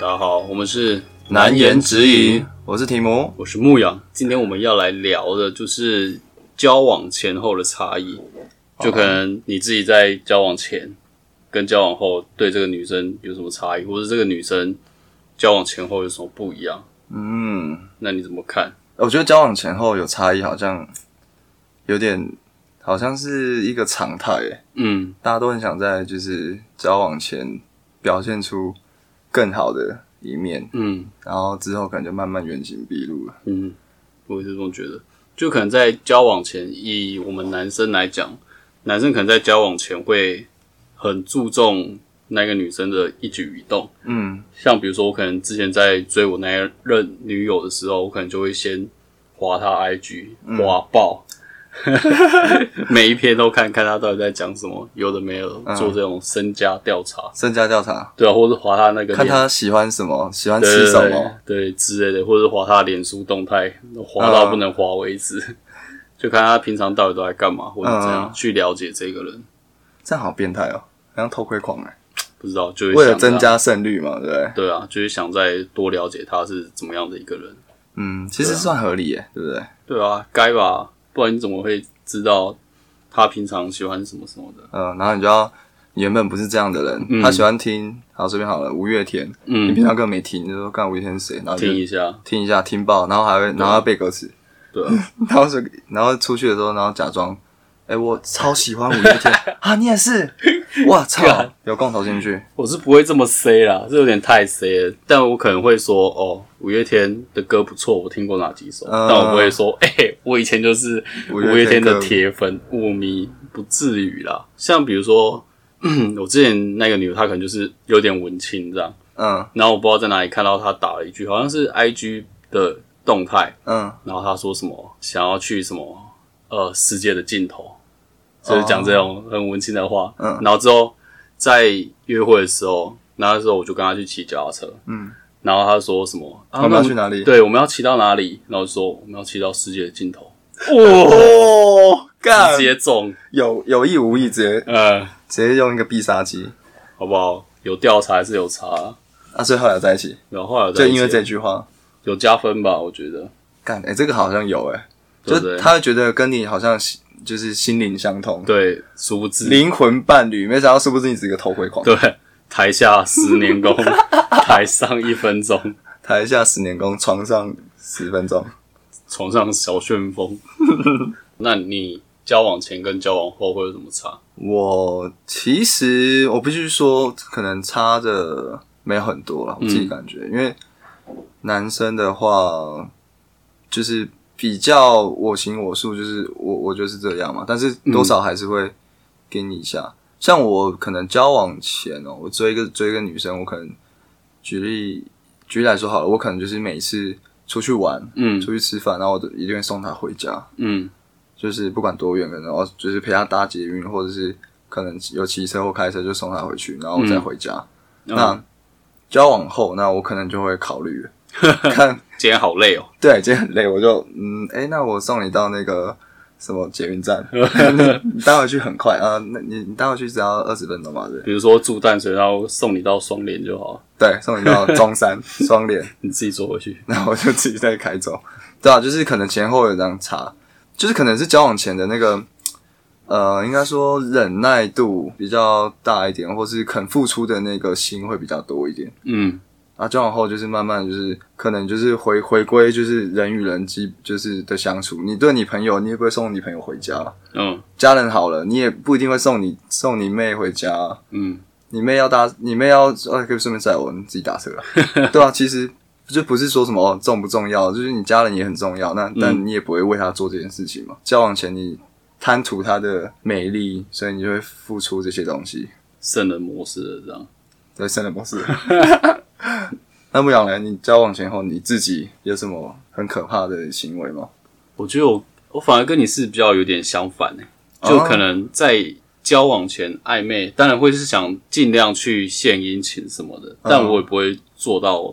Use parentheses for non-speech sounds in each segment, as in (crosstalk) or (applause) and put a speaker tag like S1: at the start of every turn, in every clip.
S1: 大家好，我们是
S2: 难言之
S1: 隐
S2: 隐，，我是提姆。
S1: 我是牧羊。今天我们要来聊的就是交往前后的差异，就可能你自己在交往前跟交往后对这个女生有什么差异，或者这个女生交往前后有什么不一样？
S2: 嗯，
S1: 那你怎么看？
S2: 我觉得交往前后有差异，好像有点，好像是一个常态耶。
S1: 嗯
S2: 大家都很想在就是交往前表现出更好的一面，
S1: 嗯
S2: 然后之后可能就慢慢原形毕露了。
S1: 嗯，我也是这么觉得。就可能在交往前，以我们男生来讲，男生可能在交往前会很注重那个女生的一举一动。
S2: 嗯
S1: 像比如说，我可能之前在追我那一任女友的时候，我可能就会先划她 IG，划
S2: 嗯
S1: 爆， (laughs) 每一篇都看看她到底在讲什么，有的没有
S2: 嗯
S1: 做这种身家调查，
S2: 身家调查，
S1: 对啊，或者划她那个
S2: 看
S1: 脸
S2: 他喜欢什么，喜欢
S1: 对
S2: 吃
S1: 对
S2: 什
S1: 对
S2: 么。
S1: 对之类的，或者划她脸书动态，划到
S2: 嗯
S1: 不能划为止， (laughs) 就看她平常到底都在干嘛，或者怎样、
S2: 嗯
S1: 去了解这个人，
S2: 这样好变态哦，好像偷窥狂哎。
S1: 不知道就会
S2: 为了
S1: 想这样
S2: 增。加胜率嘛，对不对？
S1: 对啊，就是想再多了解她是怎么样的一个人。
S2: 嗯，其
S1: 对
S2: 实
S1: 啊
S2: 算合理耶，对不对？
S1: 对啊，该吧，不然你怎么会知道他平常喜欢什么什么的？
S2: 嗯，然后你就要你原本不是这样的人，
S1: 嗯
S2: 他喜欢听，好随便好了，五月天，你
S1: 嗯
S2: 平，常根本没听，你就说干五月天是谁，然后你
S1: 听
S2: 就
S1: 一下，
S2: 听一下听爆，然后还会然后要背歌词，
S1: 对啊，
S2: 然后是然后出去的时候，然后假装，哎、我超喜欢五月天啊，你也是，哇操
S1: 干，
S2: 有共同兴趣，
S1: 我是不会这么 say 啦，这有点太 say 了。但我可能会说，哦，五月天的歌不错，我听过哪几首，
S2: 嗯
S1: 但我不会说， (laughs) 哎、我以前就是五
S2: 五
S1: 月
S2: 月
S1: 天
S2: 天
S1: 的
S2: 歌
S1: 铁粉、舞迷，不至于啦。像比如说， (clears throat) 我之前那个女的，她可能就是有点文青这样，
S2: 嗯
S1: 然后我不知道在哪里看到她打了一句，好像是 IG 的动态，
S2: 嗯，
S1: 然后他说什么想要去什么呃世界的尽头，就是讲这种很文青的话。
S2: 哦嗯
S1: 然后之后在约会的时候，那时候我就跟他去骑脚踏车，
S2: 嗯，
S1: 然后他说什么啊
S2: 我们要
S1: 那
S2: 去哪里
S1: 对，我们要骑到哪里？然后我就说我们要骑到世界的尽头。哦，
S2: 哦，干
S1: 直，接中，
S2: 有有意无意直接
S1: 呃，
S2: 直接用一个必杀技，
S1: 好不好？有调查还是有查？
S2: 啊，所以后来有在一起，
S1: 然后后来有在
S2: 就
S1: 一起
S2: 因为这句话，
S1: 有加分吧，我觉得，
S2: 干，哎、这个好像有哎、
S1: 对
S2: 就
S1: 不对
S2: 是他会觉得跟你好像心就是心灵相通，
S1: 对，殊不知
S2: 灵魂伴侣，没想到是不是你只是个偷窥狂？
S1: 对台下十年
S2: (laughs)
S1: 功，台上一分钟。
S2: 台下十年功，床上十分钟。
S1: 床上小旋 (laughs) 风。那你交往前跟交往后会有什么差？
S2: 我其实我必须说，可能差的没有很多了，我自己感觉，因为男生的话就是比较我行我素，就是我我就是这样嘛，但是多少还是会给你一下。像我可能交往前哦、我追一个追一个女生，我可能举例举例来说好了，我可能就是每次出去玩、
S1: 嗯
S2: 出去吃饭，然后我都一定会送她回家，
S1: 嗯
S2: 就是不管多远，可能然后就是陪他搭捷运，或者是可能有骑车或开车就送他回去，然后我再回家。那、
S1: 嗯
S2: 交往后，那我可能就会考虑 (laughs) 看，
S1: 今天好累哦。
S2: 对，今天很累，我就嗯，哎、那我送你到那个什么捷运站， (laughs) 你待会去很快啊、呃那你你待会去只要二十分钟嘛，对不
S1: 比如说住淡水，然后送你到双连就好了，
S2: 对，对，送你到中山双联，
S1: 你自己坐回去。
S2: (laughs) 然后我就自己在开走，对啊，就是可能前后有这样差，就是可能是交往前的那个，呃，应该说忍耐度比较大一点，或是肯付出的那个心会比较多一点。
S1: 嗯
S2: 啊，交往后就是慢慢就是可能就是回回归就是人与人之就是的相处，你对你朋友你也不会送你朋友回家，
S1: 嗯
S2: 家人好了你也不一定会送你送你妹回家、
S1: 嗯，
S2: 你妹要搭，你妹要呃，可以顺便载我，你自己打车啦。
S1: (laughs)
S2: 对啊，其实就不是说什么哦重不重要，就是你家人也很重要，
S1: 嗯
S2: 那但你也不会为他做这件事情嘛。交往前你贪图她的美丽，所以你就会付出这些东西。
S1: 圣人模式的这样。
S2: 对，生人
S1: (laughs)
S2: 模式。 (laughs) 那牧羊人，你交往前后你自己有什么很可怕的行为吗？
S1: 我觉得我我反而跟你是比较有点相反诶、
S2: 哦
S1: 就可能在交往前暧昧，当然会是想尽量去献殷勤什么
S2: 嗯
S1: 的，但我也不会做到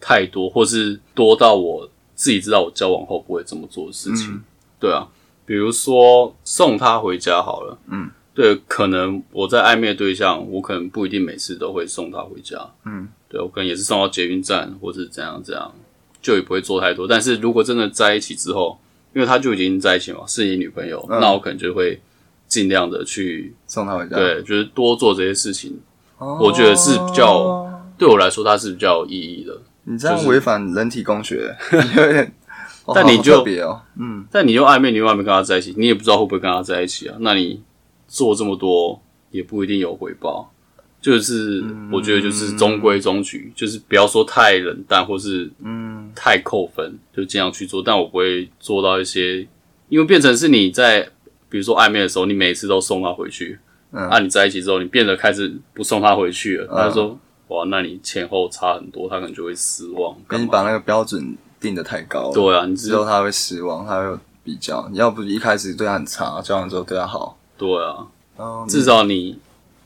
S1: 太多，或是多到我自己知道我交往后不会这么做的事情。
S2: 嗯
S1: 对啊，比如说送她回家好了，
S2: 嗯，
S1: 对，可能我在暧昧的对象，我可能不一定每次都会送他回家。
S2: 嗯，
S1: 对我可能也是送到捷运站，或是怎样怎样，就也不会做太多。但是如果真的在一起之后，因为他就已经在一起嘛，是你女朋友，
S2: 嗯
S1: 那我可能就会尽量的去
S2: 送他回家。，哦
S1: 对，就是多做这些事情。
S2: 我
S1: 我觉得是比较对我来说，它是比较有意义的。
S2: 你这样
S1: 就是
S2: 违反人体
S1: (laughs)
S2: 工学，有点。哦
S1: 但
S2: 好
S1: 你
S2: 好
S1: 就
S2: 特别哦，嗯，
S1: 但你又暧昧，你又还没跟他在一起，你也不知道会不会跟他在一起啊。那你做这么多也不一定有回报，就是、我觉得就是中规中矩，就是不要说太冷淡或是
S2: 嗯
S1: 太扣分，就尽量去做。但我不会做到一些，因为变成是你在比如说暧昧的时候，你每次都送他回去，啊
S2: 嗯
S1: 那、你在一起之后，你变得开始不送他回去了，他就说。哇，那你前后差很多，他可能就会失望。
S2: 给你
S1: 干嘛
S2: 把那个标准定的太高了，
S1: 对啊，你知
S2: 之后他会失望，他会比较。你要不一开始对他很差，交往之后对他好，
S1: 对啊，
S2: 然后你
S1: 至少你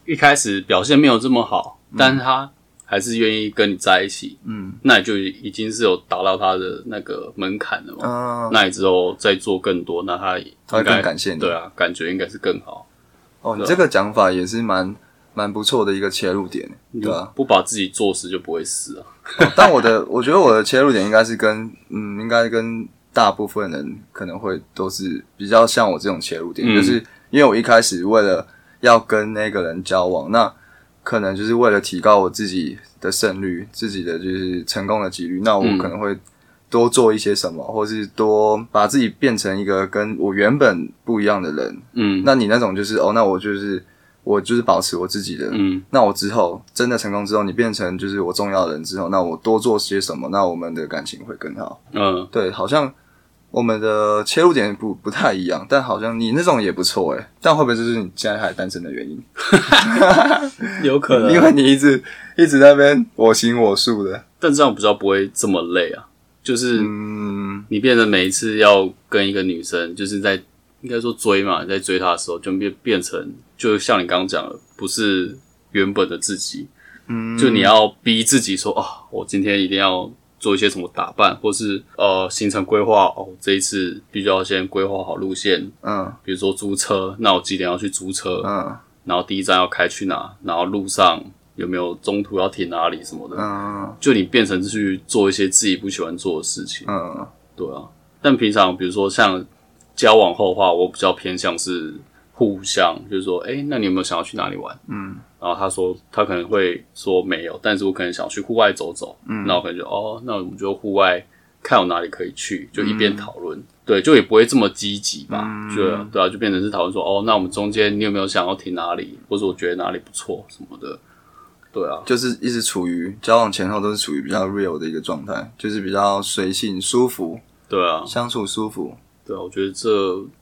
S1: 一开始表现没有这么好，但是他还是愿意跟你在一起，
S2: 嗯
S1: 那你就已经是有达到他的那个门槛了嘛。
S2: 嗯，
S1: 那你之后再做更多，那他应
S2: 他会
S1: 该
S2: 更感谢你
S1: 对啊，感觉应该是更好。
S2: 哦，你这个讲法也是蛮蛮不错的一个切入点，
S1: 你
S2: 对
S1: 就
S2: 啊。
S1: 不把自己做死就不会死啊。
S2: 但我的，我觉得我的切入点应该是跟，嗯，应该跟大部分人可能会都是比较像我这种切入点，
S1: 嗯
S2: 就是因为我一开始为了要跟那个人交往，那可能就是为了提高我自己的胜率，自己的就是成功的几率，那我
S1: 嗯
S2: 可能会多做一些什么，或是多把自己变成一个跟我原本不一样的人。
S1: 嗯
S2: 那你那种就是，哦，那我就是我就是保持我自己的，
S1: 嗯
S2: 那我之后真的成功之后，你变成就是我重要的人之后，那我多做些什么，那我们的感情会更好。
S1: 嗯，
S2: 对，好像我们的切入点不不太一样，但好像你那种也不错诶、但会不会就是你现在还单身的原因？
S1: 嗯有可
S2: 因为你一直一直在那边我行我素的。
S1: 但这样比较不会这么累啊。就是
S2: 嗯，
S1: 你变得每一次要跟一个女生，就是在应该说追嘛，在追她的时候，就变变成就像你刚刚讲的，不是原本的自己。
S2: 嗯，
S1: 就你要逼自己说啊，我今天一定要做一些什么打扮，或是呃行程规划哦，这一次必须要先规划好路线，
S2: 嗯
S1: 比如说租车，那我几点要去租车，
S2: 嗯
S1: 然后第一站要开去哪，然后路上有没有中途要停哪里什么的，
S2: 嗯
S1: 就你变成去做一些自己不喜欢做的事情。
S2: 嗯
S1: 对啊，但平常比如说像交往后的话，我比较偏向是互相，就是说，哎、那你有没有想要去哪里玩？
S2: 嗯，
S1: 然后他说他可能会说没有，但是我可能想去户外走走，嗯，那我可能就哦，那我们就户外看有哪里可以去，就一边讨论，对，就也不会这么积极吧，就对啊，就变成是讨论说，哦，那我们中间你有没有想要停哪里，或者我觉得哪里不错什么的，对啊，
S2: 就是一直处于交往前后都是处于比较 real 的一个状态，就是比较随性、舒服，
S1: 对啊，
S2: 相处舒服。
S1: 对啊，我觉得这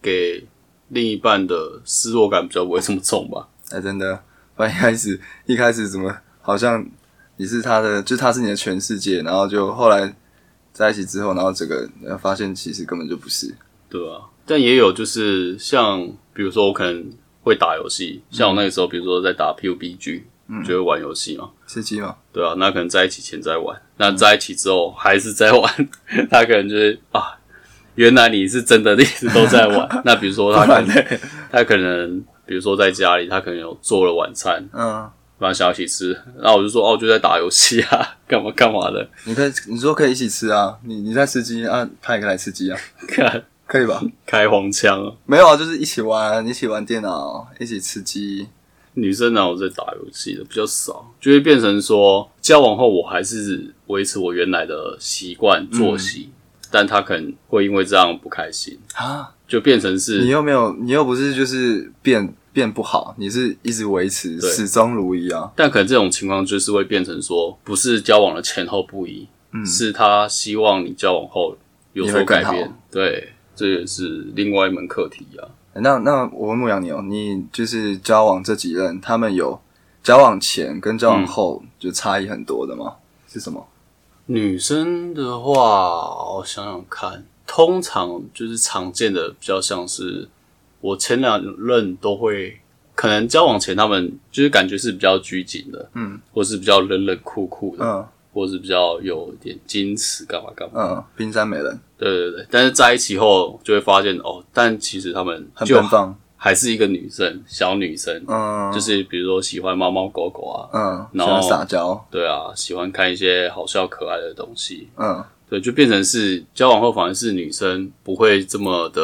S1: 给另一半的失落感比较不会这么重吧。
S2: 哎、真的，不然一开始一开始怎么好像你是他的，就他是你的全世界，然后就后来在一起之后，然后整个呃发现其实根本就不是。
S1: 对啊，但也有就是像比如说我可能会打游戏，像我那个时候，比如说在打 PUBG，、就会玩游戏嘛。
S2: 吃鸡嘛，
S1: 对啊，那可能在一起前在玩，那在一起之后还是在玩， (laughs) 他可能就是啊，原来你是真的一直都在玩。那比如说他可能他可能比如说在家里，他可能有做了晚餐，
S2: 嗯，
S1: 本来想要一起吃，那我就说哦，就在打游戏啊， (laughs) 干嘛干嘛的，
S2: 你可以你说可以一起吃啊，你你在吃鸡啊，他也可以来吃鸡啊，
S1: 看
S2: (laughs) 可以吧？
S1: 开黄腔啊。
S2: 没有啊，就是一起玩，一起玩电脑，一起吃鸡。
S1: 女生哪有在打游戏的比较少，就会变成说交往后我还是维持我原来的习惯作
S2: 嗯
S1: 息，但她可能会因为这样不开心，
S2: 啊，
S1: 就变成
S2: 你
S1: 是
S2: 又没有，你又不是就是变变不好，你是一直维持，
S1: 对
S2: 始终如一啊。
S1: 但可能这种情况就是会变成说不是交往的前后不一，
S2: 嗯
S1: 是她希望你交往后有所改
S2: 你会
S1: 变
S2: 更好，
S1: 对，这也是另外一门课题啊。
S2: 那那我问牧羊牛，你就是交往这几任，他们有交往前跟
S1: 嗯
S2: 交往后就差异很多的吗？是什么？
S1: 女生的话，我想想看，通常就是常见的比较像是我前两任都会，可能交往前他们就是感觉是比较拘谨的，
S2: 嗯，
S1: 或是比较冷冷酷酷的，
S2: 嗯
S1: 或是比较有点矜持干嘛干嘛，
S2: 嗯，冰山美人
S1: 对对对。但是在一起后就会发现哦，但其实他们
S2: 很
S1: 就
S2: 奔放，
S1: 还是一个女生，小女生，
S2: 嗯，
S1: 就是比如说喜欢猫猫狗狗啊，
S2: 嗯，喜
S1: 然
S2: 欢
S1: 后
S2: 撒娇，
S1: 对啊，喜欢看一些好笑可爱的东西，
S2: 嗯
S1: 对，就变成是交往后反而是女生不会这么的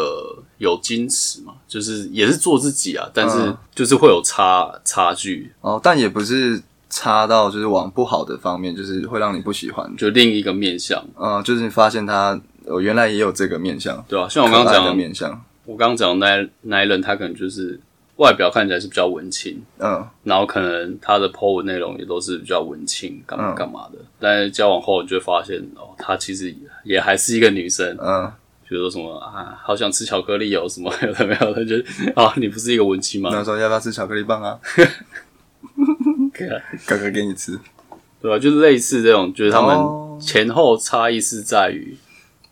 S1: 有矜持嘛，就是也是做自己啊，但是
S2: 嗯
S1: 就是会有差差距，
S2: 哦，但也不是差到就是往不好的方面，就是会让你不喜欢。
S1: 就另一个面相，
S2: 嗯，就是你发现他，我原来也有这个面相，
S1: 对啊，像我刚
S2: 可
S1: 刚
S2: 爱
S1: 讲
S2: 的，面相，
S1: 我刚刚讲的那那一任，他可能就是外表看起来是比较文青，
S2: 嗯
S1: 然后可能他的 po 文内容也都是比较文青，干嘛
S2: 嗯
S1: 干嘛的。但是交往后，你就会发现哦，她其实也还是一个女生，
S2: 嗯，
S1: 比如说什么啊，好想吃巧克力哦，什么 (laughs) 有的没有的，就是啊，你不是一个文青吗？
S2: 那时候要不要吃巧克力棒啊？哥哥给你吃。
S1: 对吧、就是类似这种，就是他
S2: 哦
S1: 们前后差异是在于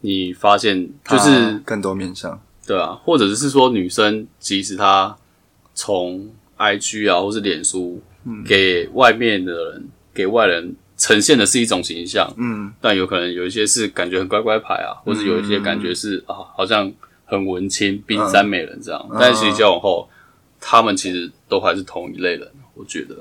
S1: 你发现，就
S2: 他
S1: 是
S2: 更多面相，
S1: 对啊，或者是说女生即使她从 IG 啊或是脸书
S2: 嗯
S1: 给外面的人、给外人呈现的是一种形象，
S2: 嗯
S1: 但有可能有一些是感觉很乖乖牌啊，或者有一些感觉是、啊好像很文
S2: 嗯
S1: 青、冰山美人这样，但其实交往后，他们其实都还是同一类人，我觉得。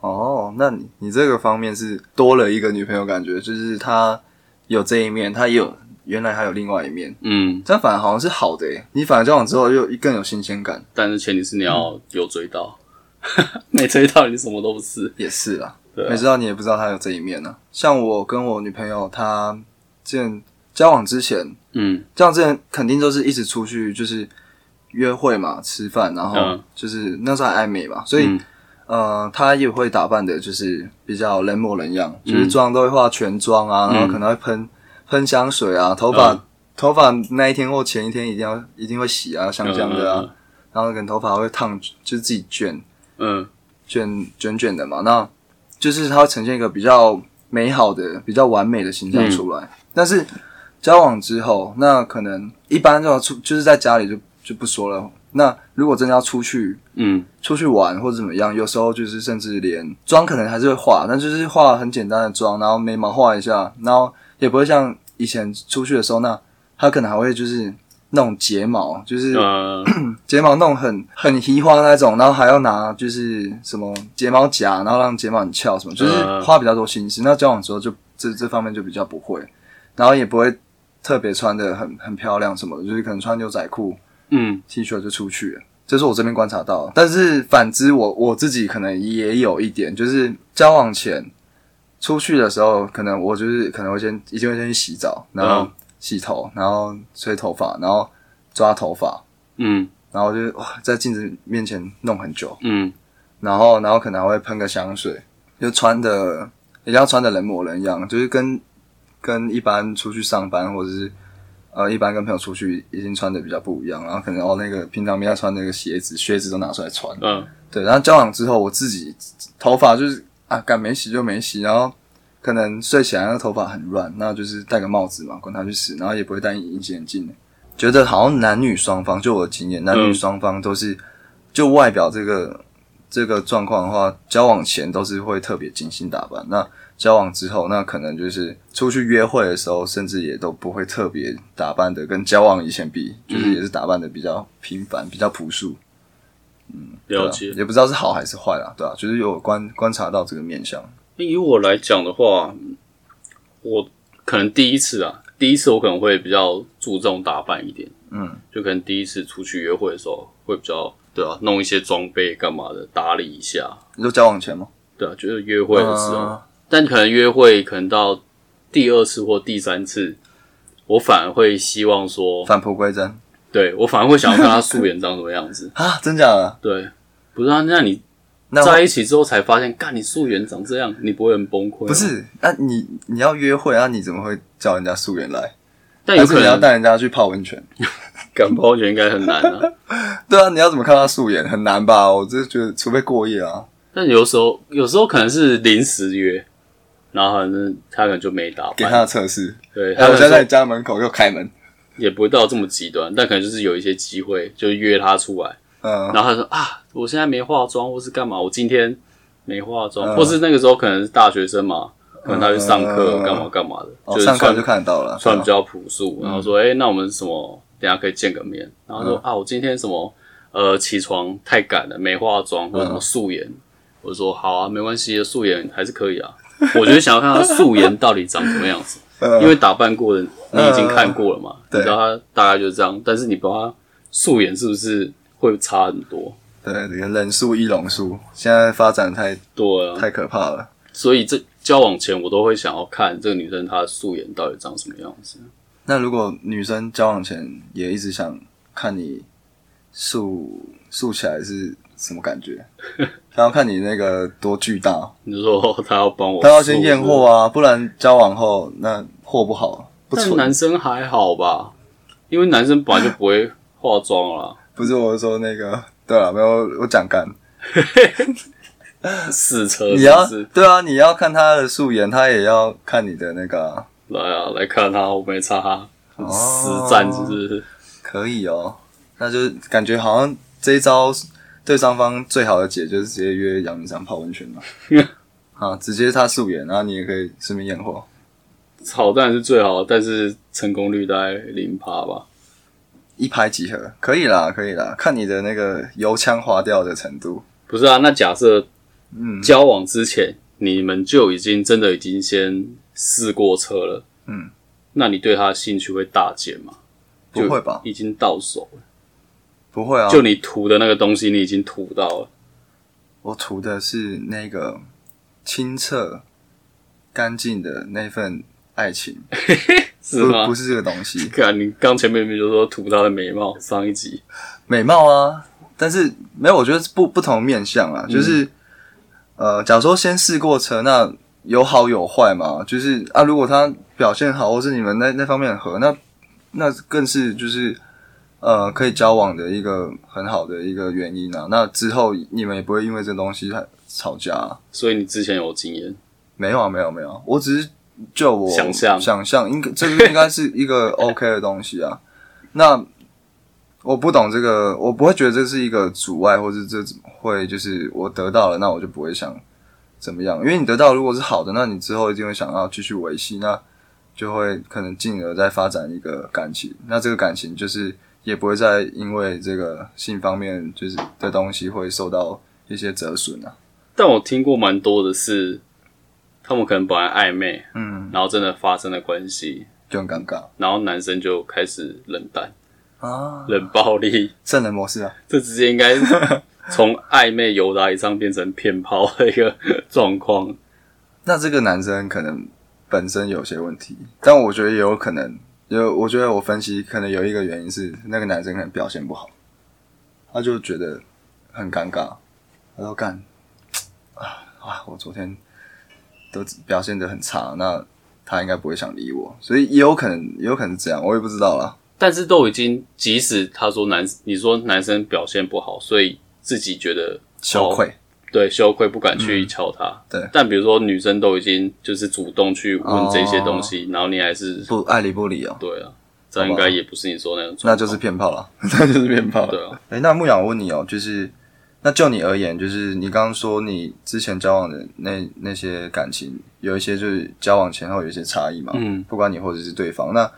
S2: 哦，那你你这个方面是多了一个女朋友，感觉就是她有这一面，她也有原来还有另外一面，
S1: 嗯，
S2: 这样反而好像是好的欸耶。你反而交往之后又更有新鲜感，
S1: 但是前提是你要有追到， (laughs) 没追到你什么都不是。
S2: 也是啦。
S1: 对啊
S2: 没知道你也不知道她有这一面呢、像我跟我女朋友，她见交往之前，
S1: 嗯
S2: 交往之前肯定都是一直出去就是约会嘛，吃饭，然后
S1: 嗯
S2: 就是那时候还暧昧嘛，所以
S1: 嗯
S2: 呃，她也会打扮的，就是比较人模人样，
S1: 嗯
S2: 就是妆都会化全妆啊，然后可能会喷喷香水啊，头发、
S1: 嗯
S2: 头发那一天或前一天一定要一定会洗啊，香香的啊，
S1: 嗯
S2: 然后可能头发会烫，就是自己卷
S1: 嗯
S2: 卷卷卷的嘛，那就是它会呈现一个比较美好的、比较完美的形象出来。但是交往之后，那可能一般就要出，就是在家里就就不说了。那如果真的要出去，
S1: 嗯
S2: 出去玩或者怎么样，有时候就是甚至连妆可能还是会化，但就是化很简单的妆，然后眉毛画一下，然后也不会像以前出去的时候，那他可能还会就是弄睫毛，就是
S1: 呃
S2: 睫毛弄很很稀花那种，然后还要拿就是什么睫毛夹，然后让睫毛很翘什么，就是
S1: 嗯
S2: 花比较多心思。那交往之后就这这方面就比较不会，然后也不会特别穿的很很漂亮什么的，就是可能穿牛仔裤、
S1: 嗯
S2: T 恤就出去了。这是我这边观察到的，但是反之我我自己可能也有一点，就是交往前出去的时候，可能我就是可能会先一定会先去洗澡，然后
S1: 嗯
S2: 洗头，然后吹头发，然后抓头发，
S1: 嗯
S2: 然后就是哇，在镜子面前弄很久，
S1: 嗯
S2: 然后然后可能还会喷个香水，就穿的一定要穿的人模人样，就是跟跟一般出去上班或者是呃一般跟朋友出去已经穿的比较不一样，然后可能哦那个平常没有穿那个鞋子靴子都拿出来穿，
S1: 嗯
S2: 对，然后交往之后我自己头发就是啊敢没洗就没洗，然后。可能睡起来那个头发很乱，那就是戴个帽子嘛，管他去死，然后也不会戴隐形眼镜。觉得好像男女双方，就我的经验，男女
S1: 嗯
S2: 双方都是就外表这个这个状况的话，交往前都是会特别精心打扮。那交往之后，那可能就是出去约会的时候，甚至也都不会特别打扮的，跟交往以前比，就是也是打扮的比较平凡，比较朴素。对啊
S1: 了解。
S2: 也不知道是好还是坏啦，对吧、啊就是有观观察到这个面相，
S1: 以我来讲的话，我可能第一次啊，第一次我可能会比较注重打扮一点，
S2: 嗯，
S1: 就可能第一次出去约会的时候会比较对啊，弄一些装备干嘛的，打理一下，
S2: 你说交往前吗？
S1: 对啊，就是约会的时候，
S2: 嗯
S1: 但可能约会可能到第二次或第三次，我反而会希望说，
S2: 呃返璞归真，
S1: 对我反而会想要看他素颜长什么样子
S2: 啊，真假的？
S1: 对，不是啊，那你
S2: 那
S1: 在一起之后才发现，干你素颜长这样，你不会很崩溃、啊
S2: 不，是，那、你你要约会，那、你怎么会叫人家素颜来？
S1: 但
S2: 还
S1: 哎有
S2: 是
S1: 可
S2: 你要
S1: 能
S2: 带人家去泡温泉？
S1: 敢泡温泉应该很难啊。
S2: (laughs) 对啊，你要怎么看他素颜？很难吧？我就觉得，除非过夜啊。
S1: 但有时候，有时候可能是临时约，然后反正他可能就没打
S2: 给他
S1: 扮，
S2: 的测试。
S1: 对，
S2: 哎、
S1: 他
S2: 我
S1: 可
S2: 现
S1: 能
S2: 在在
S1: 说
S2: 你家门口又开门，
S1: 也不会到这么极端，但可能就是有一些机会，就约他出来，
S2: 嗯，
S1: 然后他说啊，我现在没化妆，或是干嘛，我今天没化妆，
S2: 嗯
S1: 或是那个时候可能是大学生嘛，可能他去上课
S2: 嗯
S1: 干嘛干嘛的，
S2: 哦，
S1: 是
S2: 上课
S1: 穿
S2: 就看得到了。
S1: 穿比
S2: 对啊嗯
S1: 较朴素，然后说，哎、那我们什么，等一下可以见个面，然后说、啊，我今天什么。呃起床太赶了，没化妆或者什
S2: 嗯
S1: 么素颜，我就说好啊，没关系，素颜还是可以啊。 (laughs) 我就是想要看他素颜到底长什么样子，
S2: 呃
S1: 因为打扮过的你已经看过了嘛，
S2: 嗯对
S1: 你知道他大概就是这样，但是你不知道他素颜是不是会差很多。
S2: 对，人人数易容数，现在发展太
S1: 对啊，
S2: 太可怕了。
S1: 所以这交往前我都会想要看这个女生她的素颜到底长什么样子。
S2: 那如果女生交往前也一直想看你竖竖起来是什么
S1: (laughs)
S2: 感觉？她要看你那个多巨大，
S1: 你就说她要帮我，
S2: 她要先验货。啊，不然交往后那货不好，不
S1: 但
S2: 纯。
S1: 男生还好吧，因为男生本来就不会化妆啊啦。
S2: 不是我是说那个，对啊了，没有我讲干，
S1: (laughs) 试车
S2: 你
S1: 是不
S2: 要
S1: 呃是？
S2: 对啊，你要看她的素颜，她也要看你的那个啊、
S1: 来啊，来看他，我没擦他。
S2: 哦
S1: 实战就是
S2: 可以哦，那就感觉好像这一招对双方最好的解就是直接约阳明山泡
S1: (laughs)
S2: 温泉嘛。啊，直接他素颜，然后你也可以顺便验货。
S1: 好当然是最好，但是成功率大概零趴吧。
S2: 一拍即合，可以啦，可以啦，看你的那个油腔滑调的程度。
S1: 不是啊，那假设
S2: 嗯
S1: 交往之前你们就已经真的已经先试过车了，
S2: 嗯，
S1: 那你对他的兴趣会大减吗？
S2: 不会吧？
S1: 已经到手了，
S2: 不会啊，
S1: 就你涂的那个东西，你已经涂到了。
S2: 我涂的是那个清澈、干净的那份爱情，
S1: 是
S2: 不
S1: 吗
S2: 不？是这个东西，
S1: 看你刚前面明明就说涂他的眉毛，上一集
S2: 美貌啊。但是没有，我觉得是不不同面相啊，就是、呃，假如说先试过车，那有好有坏嘛，就是啊，如果他表现好，或是你们那那方面很合，那那更是就是呃可以交往的一个很好的一个原因啊。那之后你们也不会因为这东西还吵架、啊，
S1: 所以你之前有经验，
S2: 没有啊，没有没有啊，我只是就我
S1: 想象
S2: 想象应该这个应该是
S1: (laughs)
S2: 一个 OK 的东西啊。那我不懂这个，我不会觉得这是一个阻碍，或是这会就是我得到了，那我就不会想怎么样，因为你得到如果是好的，那你之后一定会想要继续维系，那就会可能进而再发展一个感情，那这个感情就是也不会再因为这个性方面就是的东西会受到一些折损啊。
S1: 但我听过蛮多的是，他们可能本来暧昧，
S2: 嗯，
S1: 然后真的发生了关系，
S2: 就很尴尬
S1: 然后男生就开始冷淡、
S2: 啊，
S1: 冷暴力，
S2: 圣人模式啊。
S1: 这直接应该
S2: (laughs)
S1: 从暧昧由打以上变成骗炮的一个状况。
S2: 那这个男生可能本身有些问题，但我觉得也有可能，有我觉得我分析可能有一个原因是那个男生可能表现不好，他就觉得很尴尬，他说干啊啊，我昨天都表现得很差，那他应该不会想理我，所以也有可能也有可能是这样，我也不知道啦。
S1: 但是都已经，即使他说男，你说男生表现不好，所以自己觉得
S2: 羞愧，
S1: 对，羞愧不敢去敲他。
S2: 嗯对
S1: 但比如说女生都已经就是主动去问这些东西，然后你还是
S2: 哦不爱理不理哦，
S1: 对啊，这样应该也不是你说那种状况，
S2: 那就是骗炮了， (laughs) 那就是骗炮了。
S1: 对啊，
S2: 哎、那牧羊，我问你哦，就是那就你而言，就是你刚刚说你之前交往的那那些感情，有一些就是交往前后有一些差异嘛，
S1: 嗯，
S2: 不管你或者是对方，那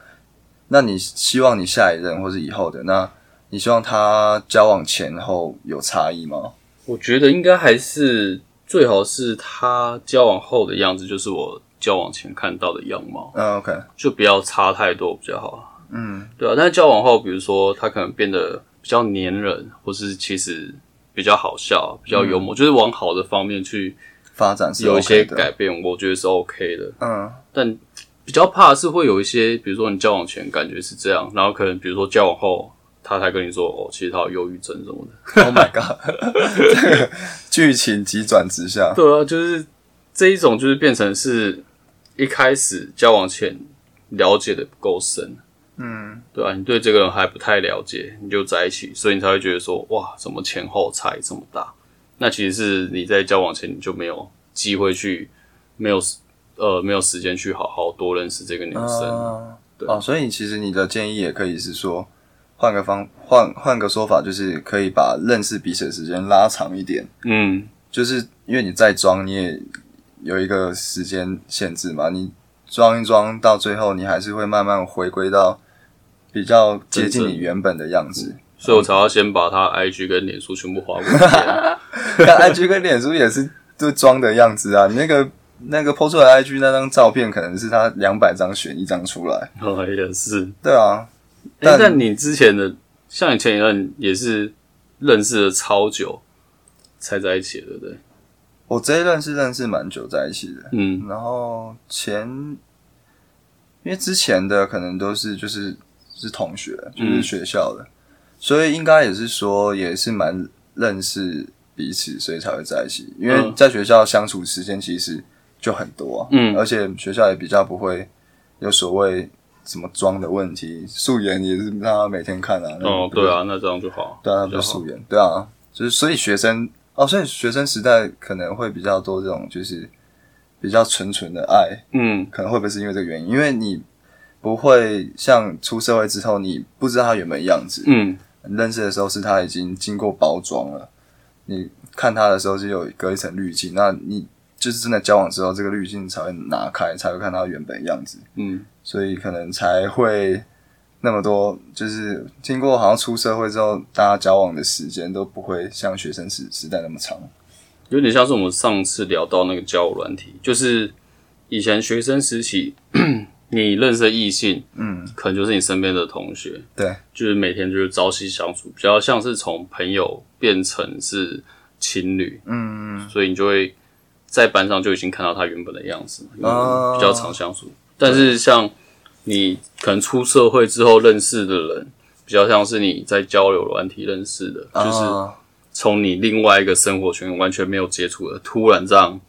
S2: 那你希望你下一任或是以后的，那你希望他交往前后有差异吗？
S1: 我觉得应该还是最好是他交往后的样子，就是我交往前看到的样貌，
S2: 嗯，OK，
S1: 就不要差太多比较好。
S2: 嗯，
S1: 对啊，但是交往后，比如说他可能变得比较黏人，或是其实比较好笑、比较幽默，就是往好的方面去
S2: 发展是、OK、
S1: 有一些
S2: 的，
S1: 改变，我觉得是 OK 的。 (laughs)
S2: 嗯，
S1: 但比较怕的是会有一些，比如说你交往前感觉是这样，然后可能比如说交往后，他才跟你说哦，其实他有忧郁症什么的。
S2: Oh my god！这个剧情急转直下，
S1: 对啊，就是这一种就是变成是一开始交往前了解的不够深，
S2: 嗯，
S1: 对啊，你对这个人还不太了解，你就在一起，所以你才会觉得说哇，怎么前后差异这么大？那其实是你在交往前你就没有机会去，没有呃没有时间去好好多认识这个女生。
S2: 啊
S1: 对
S2: 哦，所以其实你的建议也可以是说，换个方换换个说法，就是可以把认识彼此的时间拉长一点，
S1: 嗯，
S2: 就是因为你再装你也有一个时间限制嘛，你装一装到最后，你还是会慢慢回归到比较接近
S1: 真
S2: 你
S1: 正
S2: 原本的样子。
S1: 所以我才要先把他 IG 跟脸书全部划过一
S2: (laughs)
S1: 遍。
S2: 但 IG 跟脸书也是都装的样子啊，你那个那个 PO 出来的 IG 那张照片，可能是他两百张选一张出来，
S1: 哦，也是。
S2: 对啊，
S1: 但、
S2: 但
S1: 但你之前的，像你前一任也是认识了超久才在一起的，对不对？
S2: 我这一任是认识蛮久在一起的，
S1: 嗯，
S2: 然后前，因为之前的可能都是就是是同学，
S1: 嗯
S2: 就是学校的，所以应该也是说也是蛮认识彼此，所以才会在一起。因为
S1: 嗯
S2: 在学校相处时间其实就很多、啊，
S1: 嗯
S2: 而且学校也比较不会有所谓什么妆的问题，素颜也是让他每天看啊。那
S1: 哦，对啊，那这样就好。
S2: 对啊，
S1: 比
S2: 不
S1: 较
S2: 是
S1: 好
S2: 素颜，对啊，就是所以学生哦，所以学生时代可能会比较多这种就是比较纯纯的爱，
S1: 嗯，
S2: 可能会不会是因为这个原因？因为你不会像出社会之后，你不知道他原本样子，
S1: 嗯，
S2: 你认识的时候是他已经经过包装了，你看他的时候是有隔一层滤镜，那你就是真的交往之后，这个滤镜才会拿开，才会看他原本样子，
S1: 嗯，
S2: 所以可能才会那么多，就是经过好像出社会之后，大家交往的时间都不会像学生时时代那么长。
S1: 有点像是我们上次聊到那个交友软体，就是以前学生时期 (clears throat) 你认识的异性，
S2: 嗯，
S1: 可能就是你身边的同学，
S2: 对，
S1: 就是每天就是朝夕相处，比较像是从朋友变成是情侣，
S2: 嗯，
S1: 所以你就会在班上就已经看到他原本的样子嘛，因
S2: 哦
S1: 为比较常相处。但是像你可能出社会之后认识的人，比较像是你在交流软体认识的，就是
S2: 啊
S1: 从你另外一个生活圈完全没有接触的，突然这样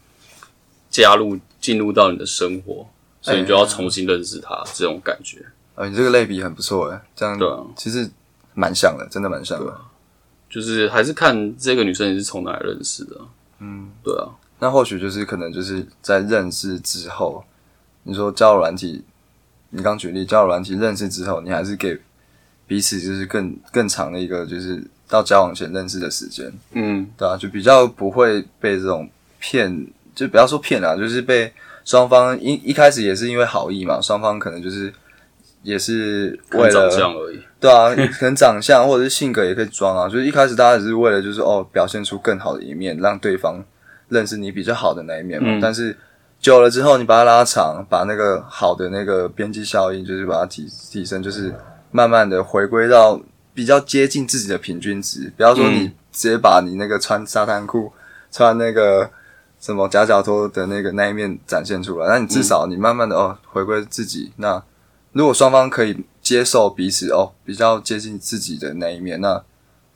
S1: 加入进入到你的生活，所以你就
S2: 哎
S1: 要重新认识他，这种感觉
S2: 呃，你这个类比很不错哎，这样
S1: 对啊
S2: 其实蛮像的，真的蛮像的。
S1: 就是还是看这个女生你是从哪里认识的。嗯，对啊，
S2: 那或许就是可能就是在认识之后，你说交友软体，你刚举例交友软体认识之后，你还是给彼此就是更更长的一个就是到交往前认识的时间，
S1: 嗯
S2: 对啊，就比较不会被这种骗，就不要说骗啦，就是被双方一一开始也是因为好意嘛，双方可能就是也是为
S1: 看长
S2: 了
S1: 相而已。
S2: 对啊， (laughs) 可能长相或者是性格也可以装啊。就是一开始大家只是为了就是哦表现出更好的一面，让对方认识你比较好的那一面嘛。
S1: 嗯
S2: 但是久了之后，你把它拉长，把那个好的那个边际效应，就是把它提提升，就是慢慢的回归到比较接近自己的平均值。不要说你
S1: 嗯
S2: 直接把你那个穿沙滩裤、穿那个什么夹脚拖的那个那一面展现出来，那你至少你慢慢的哦回归自己那。如果双方可以接受彼此哦，比较接近自己的那一面，那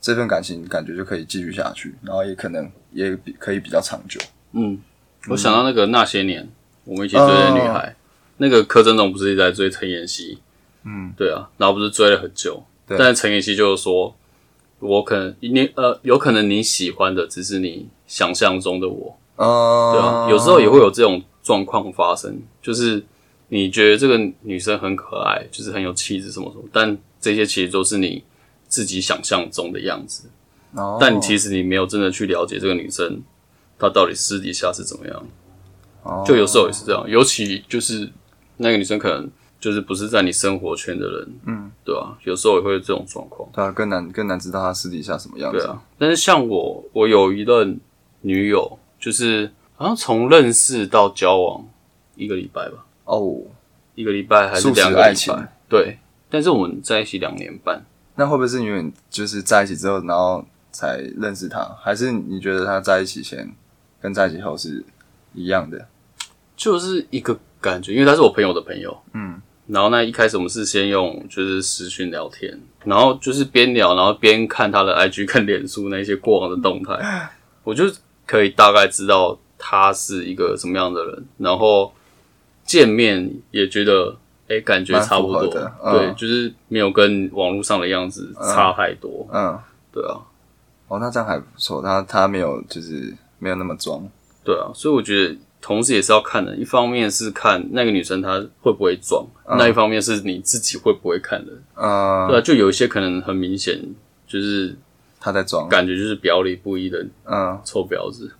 S2: 这份感情感觉就可以继续下去，然后也可能也比可以比较长久。
S1: 嗯，我想到那个那些年我们一起追的女孩，那个柯震东不是一直在追陈妍希？
S2: 嗯，
S1: 对啊，然后不是追了很久，
S2: 对
S1: 但是陈妍希就是说，我可能你呃，有可能你喜欢的只是你想象中的我，
S2: 嗯，
S1: 对啊，有时候也会有这种状况发生，就是你觉得这个女生很可爱，就是很有气质什么什么，但这些其实都是你自己想象中的样子，
S2: 哦，
S1: 但你其
S2: 实
S1: 实你没有真的去了解这个女生她到底私底下是怎么样。
S2: 哦
S1: 就有时候也是这样，尤其就是那个女生可能就是不是在你生活圈的人，
S2: 嗯，
S1: 对吧、有时候也会有这种状况，
S2: 对啊，更难更难知道他私底下什么样
S1: 对
S2: 子。
S1: 啊。但是像我，我有一任女友，就是好像从认识到交往一个礼拜吧，
S2: 哦，
S1: 一个礼拜还是
S2: 素食
S1: 两个
S2: 爱
S1: 礼
S2: 情
S1: 拜，对。但是我们在一起两年半，
S2: 那会不会是因为你就是在一起之后，然后才认识他，还是你觉得他在一起前跟在一起后是一样的？
S1: 就是一个感觉，因为她是我朋友的朋友，
S2: 嗯，
S1: 然后那一开始我们是先用就是私讯聊天，然后就是边聊，然后边看他的 IG (laughs) 跟脸书那些过往的动
S2: (laughs)
S1: 态，我就可以大概知道他是一个什么样的人，然后见面也觉得哎、诶感觉差不
S2: 蛮
S1: 多
S2: 符合的，嗯
S1: 对，就是没有跟网络上的样子差太多，
S2: 嗯，
S1: 对啊，
S2: 哦，那这样还不错，他他没有就是没有那么装。
S1: 对啊，所以我觉得同时也是要看的，一方面是看那个女生她会不会装，那一方面是你自己会不会看人。
S2: 嗯，
S1: 对啊，就有一些可能很明显，就是
S2: 他在装。
S1: 感觉就是表里不一的
S2: 嗯，
S1: 臭婊
S2: (laughs)
S1: 子，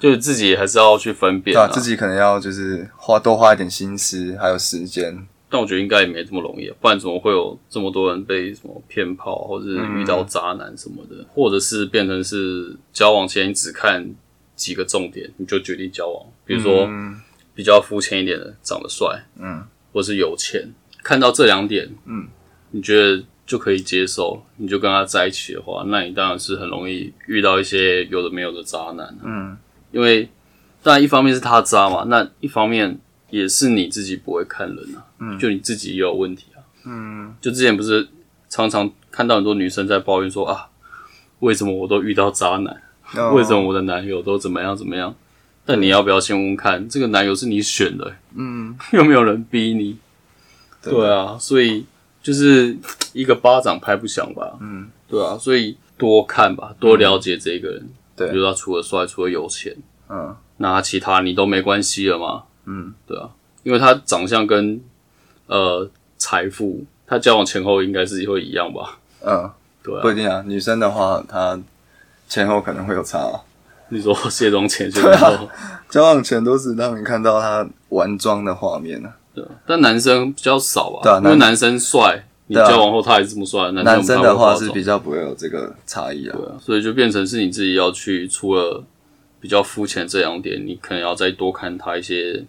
S1: 就是自己还是要去分辨
S2: 对啊，
S1: 啊。
S2: 自己可能要就是花多花一点心思，还有时间，
S1: 但我觉得应该也没这么容易、啊，不然怎么会有这么多人被什么骗炮，或者是遇到渣男什么
S2: 嗯
S1: 的，或者是变成是交往前你只看几个重点你就决定交往，比如说
S2: 嗯
S1: 比较肤浅一点的，长得帅，
S2: 嗯，
S1: 或是有钱，看到这两点，
S2: 嗯，
S1: 你觉得就可以接受，你就跟他在一起的话，那你当然是很容易遇到一些有的没有的渣男、啊，
S2: 嗯，
S1: 因为当然一方面是他渣嘛，那一方面也是你自己不会看人啊，嗯，就你自己也有问题啊，
S2: 嗯，
S1: 就之前不是常常看到很多女生在抱怨说啊，为什么我都遇到渣男，
S2: 哦
S1: 为什么我的男友都怎么样怎么样？但你要不要先问问看，这个男友是你选的、
S2: 嗯，
S1: 又没有人逼你，
S2: 对
S1: 对啊，所以就是一个巴掌拍不响吧。
S2: 嗯，
S1: 对啊，所以多看吧，多了解这个人。
S2: 对
S1: 比如他除了帅，除了有钱，
S2: 嗯
S1: 那他其他你都没关系了嘛。
S2: 嗯，
S1: 对啊，因为他长相跟呃财富，他交往前后应该是会一样吧？
S2: 嗯，
S1: 对
S2: 不一
S1: 啊，
S2: 定啊。女生的话，她前后可能会有差、啊。
S1: 你说卸妆前卸妆
S2: (laughs)
S1: 后，
S2: 交往前都是让你看到她玩妆的画面啊。
S1: 对啊，但男生比较少吧？
S2: 对啊
S1: 因为
S2: 男
S1: 男生帅，你
S2: 对啊
S1: 交往后他还是这么帅，
S2: 男
S1: 生
S2: 生
S1: 不太
S2: 的
S1: 会
S2: 话
S1: 化
S2: 是
S1: 妆
S2: 比较不会有这个差异啊。
S1: 对啊，所以就变成是你自己要去除了比较肤浅这两点，你可能要再多看他一些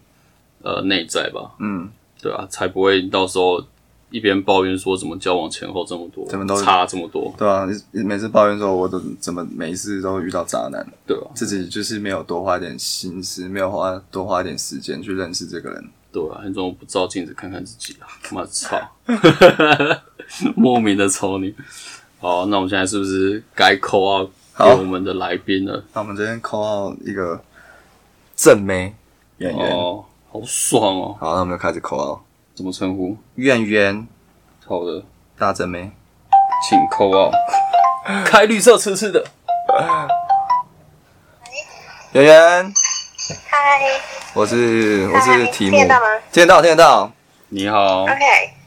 S1: 呃内在吧，
S2: 嗯，
S1: 对啊，才不会到时候一边抱怨说怎么交往前后这么多，
S2: 怎么都
S1: 差这么多，
S2: 对啊，你每次抱怨说我怎么怎么每一次都遇到渣男，
S1: 对吧、啊？
S2: 自己就是没有多花点心思，没有花多花点时间去认识这个人。
S1: 对啊，你怎么不照镜子看看自己啊？妈操， (laughs) 莫名的丑女。好，那我们现在是不是该扣啊
S2: 好
S1: 给我们的来宾了？
S2: 那我们今天 call out 一个正妹演员，
S1: 哦，好爽哦！
S2: 好，那我们就开始 call out
S1: 怎么称呼？
S2: 演员
S1: 好的，
S2: 大正妹。
S1: 请扣 (laughs) 啊，开绿色吃吃的。
S2: 圆圆，
S3: 嗨
S2: 我是我是提姆，
S3: 听得到吗
S2: 听得到听得到
S1: 你好，
S3: ，OK，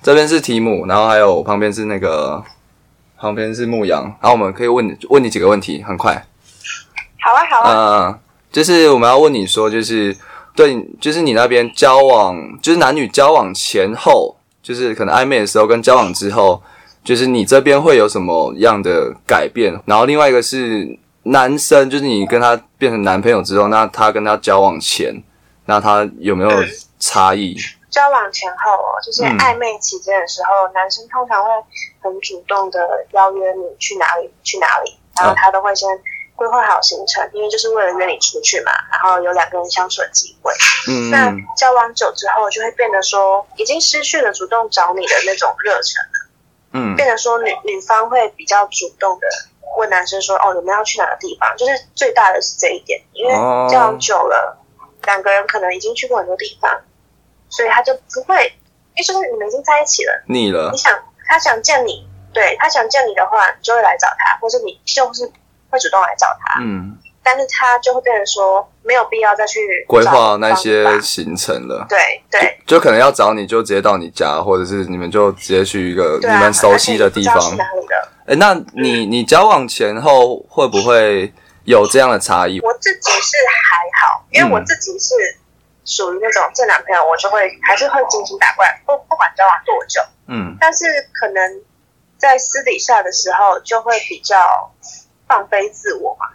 S2: 这边是提姆，然后还有旁边是那个，旁边是牧羊，然后我们可以问你问你几个问题，很快，
S3: 好啊好啊，
S2: 嗯，就是我们要问你说，就是对你，就是你那边交往，就是男女交往前后，就是可能暧昧的时候跟交往之后，就是你这边会有什么样的改变？然后另外一个是男生，就是你跟他变成男朋友之后，那他跟他交往前，那他有没有
S3: 嗯
S2: 差异？
S3: 交往前后哦，就是
S2: 嗯
S3: 暧昧期间的时候，男生通常会很主动的邀约你去哪里去哪里，
S2: 嗯
S3: 然后他都会先规划好行程，因为就是为了约你出去嘛，然后有两个人相处的机会。
S2: 嗯
S3: 那交往久之后，就会变得说已经失去了主动找你的那种热忱，
S2: 嗯
S3: 变得说女女方会比较主动的问男生说哦，你们要去哪个地方？就是最大的是这一点，因为
S2: 哦
S3: 交往久了，两个人可能已经去过很多地方，所以他就不会，因为就是你们已经在一起了，
S2: 腻了
S3: 你，想他想见你，对他想见你的话，你就会来找他，或者你就是会主动来找他，
S2: 嗯，
S3: 但是他就会变成说没有必要再去
S2: 规
S3: 找
S2: 划
S3: 方
S2: 那些
S3: 法
S2: 行程了。
S3: 对对
S2: 就可能要找你就直接到你家，或者是你们就直接去一个你
S3: 对啊，
S2: 们熟悉的地
S3: 而
S2: 方
S3: 且你不知道。是哪里的。
S2: 哎、那你你交往前后会不会有这样的差异？
S3: 我自己是还好，因为我
S2: 嗯
S3: 自己是属于那种见男朋友我就会还是会精心打扮，不不管交往多久，
S2: 嗯
S3: 但是可能在私底下的时候就会比较放飞自
S2: (laughs)
S3: 我嘛，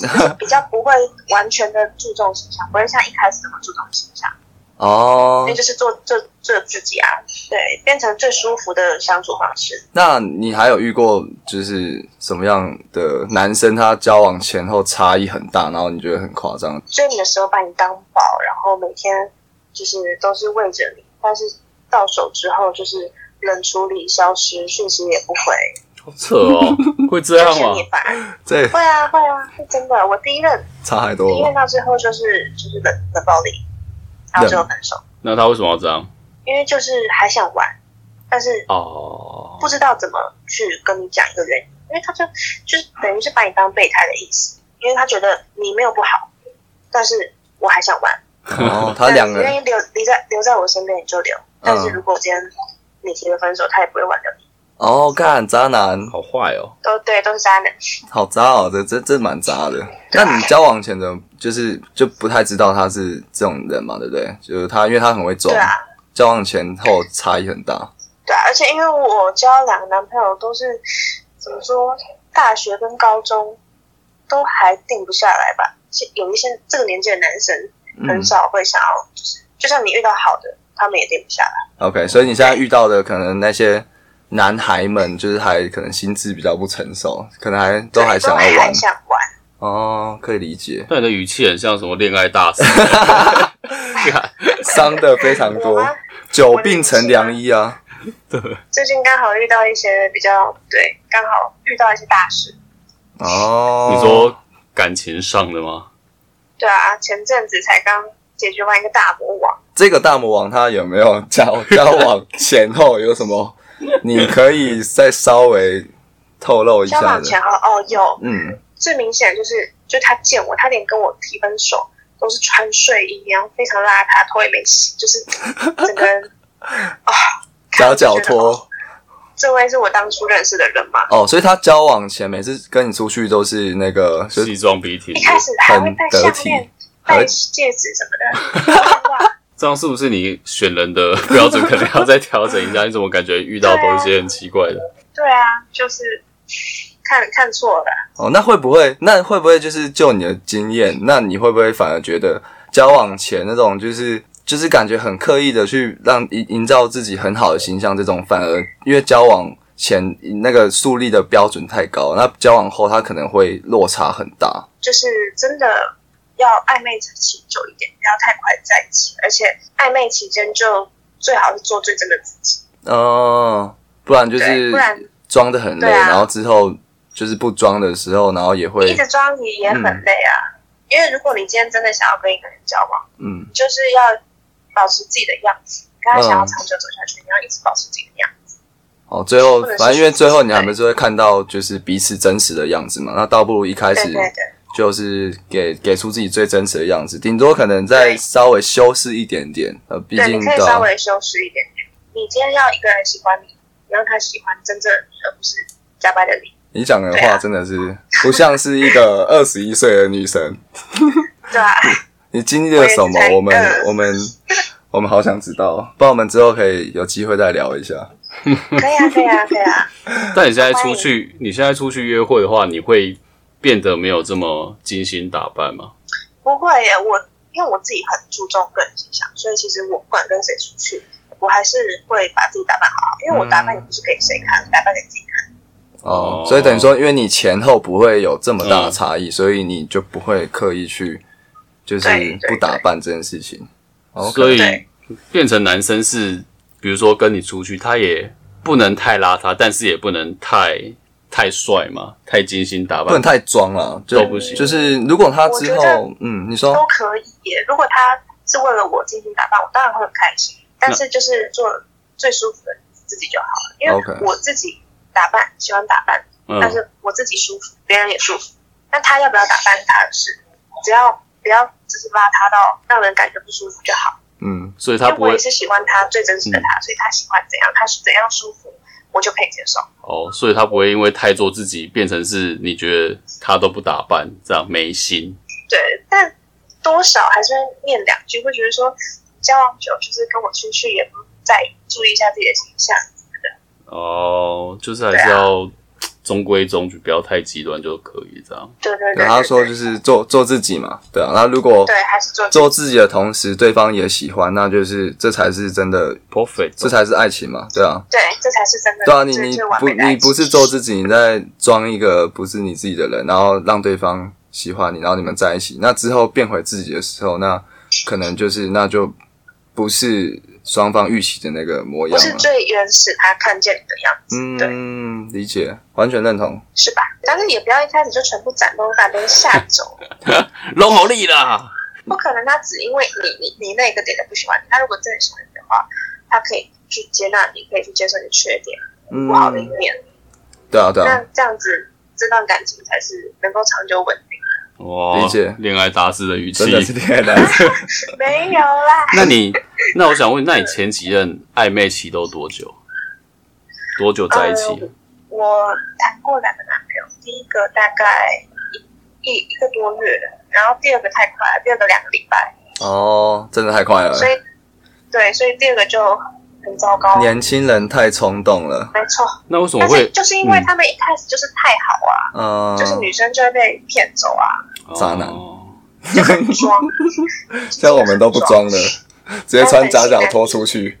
S3: 就是比较不会完全的注重形象，不会像一开始那么注重形象，
S2: 哦
S3: 那，就是做做做自己啊，对，变成最舒服的相处方式。
S2: 那你还有遇过就是什么样的男生？他交往前后差异很大，然后你觉得很夸张？
S3: 追你的时候把你当宝，然后每天就是都是喂着你，但是到手之后就是冷处理、消失，讯息也不回，
S1: 好扯
S3: (laughs)
S1: 哦，会这样
S3: 嫌
S1: 吗
S3: 你？烦。
S2: 这
S3: 会啊，会啊，是真的。我第一任，
S2: 差太
S3: 第一
S2: 多
S3: 任
S2: 了。
S3: 到最后就是就是冷冷暴力，然后最后分手，
S1: 那他为什么要这样？
S3: 因为就是还想玩，但是
S1: 哦
S3: 不，知道怎么去跟你讲一个原因，因为他就就是等于是把你当备胎的意思，因为他觉得你没有不好，但是我还想玩。
S2: 哦，他两个嗯
S3: 但你愿意留留在留在我身边，你就留。但是如果今天你提了分手，他也不会挽留你。
S2: 哦，干渣男，
S1: 好坏哦，
S3: 都对，都是渣男。
S2: 好渣哦，这这这蛮渣的。
S3: 啊
S2: 那你交往前的，就是就不太知道他是这种人嘛，对不对？就是他，因为他很会装。
S3: 对啊，
S2: 交往前后差异很大。
S3: 对啊，而且因为我交两个男朋友都是怎么说，大学跟高中都还定不下来吧。是有一些这个年纪的男生
S2: 嗯
S3: 很少会想要，就是就算你遇到好的，他们也定不下来。
S2: OK，所以你现在遇到的可能那些男孩们，就是还可能心智比较不成熟，可能还都还想
S3: 对
S2: 要玩
S3: 还想玩，
S2: 哦，可以理解，
S1: 但你的语气很像什么恋爱 (laughs) 大师，干
S2: 伤的非常
S3: 我
S2: 多
S3: 吗，
S2: 久病成良医啊。
S1: 对，
S3: 最近刚好遇到一些比较对，刚好遇到一些大事。
S2: 哦，
S1: 你说感情上的吗？
S3: 对啊，前阵子才刚解决完一个大魔王，
S2: 这个大魔王他有没有交交往前后有什
S3: (laughs)
S2: 么？你可以再稍微透露一
S3: 交
S2: 下
S3: 往
S2: 的
S3: 前。后哦有，
S2: 嗯，
S3: 最明显就是就他见我，他连跟我提分手都是穿睡衣，然后非常邋遢，头也没洗，就是整
S2: (laughs)
S3: 个人啊，
S2: 夹脚
S3: 看着就觉得哦
S2: 拖
S3: 这位是我当初认识的人吗？
S2: 哦，所以他交往前每次跟你出去都是那个，就是
S1: 西装笔挺
S3: 一，开始还会
S2: 很
S3: 戴
S2: 得
S3: 项
S2: 体
S3: 链、，
S2: 很
S3: 戴戒指什么的，哇，
S1: 这样是不是你选人的标准可能要再调整一下？你怎么感觉遇到都一些很奇怪的？
S3: 对啊，就是看看错了。
S2: 哦，那会不会？那会不会就是就你的经验，那你会不会反而觉得交往前那种就是就是感觉很刻意的去让营营造自己很好的形象，这种反而因为交往前那个树立的标准太高，那交往后他可能会落差很大。
S3: 就是真的要暧昧期久一点，不要太快在一起，而且暧昧期间就最好是做最真的自己，
S2: 哦，不然就是
S3: 对，不然
S2: 装的很累，
S3: 对啊
S2: 然后之后就是不装的时候，然后也
S3: 一
S2: 会
S3: 直装也也很
S2: 嗯
S3: 累啊。因为如果你今天真的想要跟一个人交往，
S2: 嗯
S3: 你就是要保持自己的样子，跟他
S2: 嗯
S3: 想要长久走下去，你要一直保持自己的样子。
S2: 哦，最后
S3: 或者是
S2: 反正因为最后你还
S3: 对
S2: 不是会看到就是彼此真实的样子嘛，那倒不如一开
S3: 对
S2: 始。
S3: 对对，
S2: 就是给给出自己最真实的样子，顶多可能再
S3: 对
S2: 稍微修饰一点点，呃，毕
S3: 对，
S2: 竟
S3: 你可以
S2: 到
S3: 稍微修饰一点点。你今天要一个人喜欢你，你让他喜欢真正的你，而不是假扮的你。
S2: 你讲的
S3: 对
S2: 话
S3: 啊
S2: 真的是不像是一
S3: (laughs)
S2: 个二十一岁的女生。(laughs)
S3: 对啊，
S2: 你经历了什
S3: 我也
S2: 么？
S3: 才
S2: 我们
S3: 二
S2: 我们我们好想知道，不然我们之后可以有机会再聊一下。
S3: 可以啊，可以啊，可以啊。
S1: (laughs) 但你现在出去，你现在出去约会的话，你会变得没有这么精心打扮吗？
S3: 不会耶，我因为我自己很注重个人形象，所以其实我不管跟谁出去，我还是会把自己打扮好，啊因为我打扮也不是给谁看，打扮给自己看。
S2: 哦
S1: 哦，嗯
S2: 所以等于说，因为你前后不会有这么大的差异，所以你就不会刻意去就是
S3: 对对
S2: 不打扮这件事情。OK 哦
S1: 所以
S3: 对
S1: 变成男生是，比如说跟你出去，他也不能太邋遢，但是也不能太太帅嘛，太精心打
S2: 不能
S1: 扮。
S2: 太装了，就
S1: 都不行
S2: 就是如果他之
S3: 我觉得
S2: 后，嗯，你说
S3: 都可以耶。如果他是为了我精心打扮，我当然会很开心。但是就是做最舒服的自己就好了，因
S2: OK
S3: 为我自己打扮喜欢打扮，
S1: 嗯
S3: 但是我自己舒服，别人也舒服。那他要不要打扮是他的事，只要不要就是邋遢到让人感觉不舒服就好。
S2: 嗯，
S1: 所以他
S3: 因为
S1: 不
S3: 我
S1: 会嗯
S3: 也是喜欢他最真实的他，所以他喜欢怎样，他是怎样舒服，我就可以接受。
S1: 哦，所以他不会因为太做自己，变成是你觉得他都不打扮，这样没心。
S3: 对，但多少还是会念两句，会觉得说交往久，就是跟我出去也不再注意一下自己的形象。
S1: 哦，就是还
S3: 啊
S1: 是要中规中矩，不要太极端就可以这样。
S3: 对对
S2: 对，他说就是做做自己嘛，对啊。那如果
S3: 对，还是做
S2: 做自己的同时，对方也喜欢，那就是这才是真的，
S1: Perfect，
S2: 这才是爱情嘛，对啊，
S3: 对，这才是真的
S2: 对啊。你
S3: 最
S2: 你
S3: 最完
S2: 不
S3: 美的爱
S2: 你
S3: 情
S2: 不是做自己，你在装一个不是你自己的人，然后让对方喜欢你，然后你们在一起，那之后变回自己的时候，那可能就是那就不是双方预期的那个模
S3: 不
S2: 样
S3: 是
S2: 了。
S3: 最原始他看见你的样子，对，
S2: 嗯，理解，完全认同。
S3: 是吧？但是也不要一开始就全部展露，把别人吓
S2: (laughs)
S3: 走，
S1: 龙好力啦！
S3: 不可能。他只因为你你你那个点他不喜欢你，他如果真的喜欢你的话，他可以去接纳你，可以去接受你的缺点。
S2: 嗯
S3: 不，好的一面。
S2: 对啊，对啊
S3: 那。这样子，这段感情才是能够长久稳定。
S1: 哇，
S2: 理解
S1: 恋爱大师的语气
S2: 真。的是恋爱 (laughs) 男子
S3: 没有啦，
S1: 那你，那我想问，那你前几任暧昧期都多久？多久在一起？
S3: 呃我谈过两个男朋友，第一个大概一一一个多月，然后第二个太快了，第二个两个礼拜，
S2: 哦，真的太快了。
S3: 所以对，所以第二个就很糟糕。
S2: 年轻人太冲动了，
S3: 没错，
S1: 那为什么
S3: 但是
S1: 会
S3: 就是因为他们一开始就是太好啊，
S2: 嗯、
S3: 就是女生就会被骗
S2: (laughs)
S3: 走啊，
S1: 哦
S2: 渣男
S3: 装，
S2: 像我们都不
S3: (laughs)
S2: 装了，直接穿夹脚拖出去。